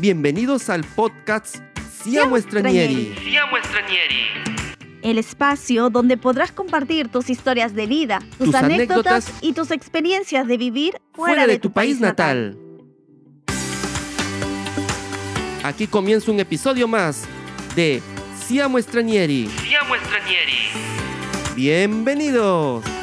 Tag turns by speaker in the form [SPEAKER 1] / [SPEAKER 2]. [SPEAKER 1] Bienvenidos al podcast Siamo Estranieri.
[SPEAKER 2] Siamo Estranieri.
[SPEAKER 3] el espacio donde podrás compartir tus historias de vida, tus,
[SPEAKER 1] Tus
[SPEAKER 3] anécdotas,
[SPEAKER 1] anécdotas
[SPEAKER 3] y tus experiencias de vivir
[SPEAKER 1] Fuera, de, tu país natal. Aquí comienza un episodio más de Siamo Estranieri.
[SPEAKER 2] Siamo Estranieri.
[SPEAKER 1] Bienvenidos.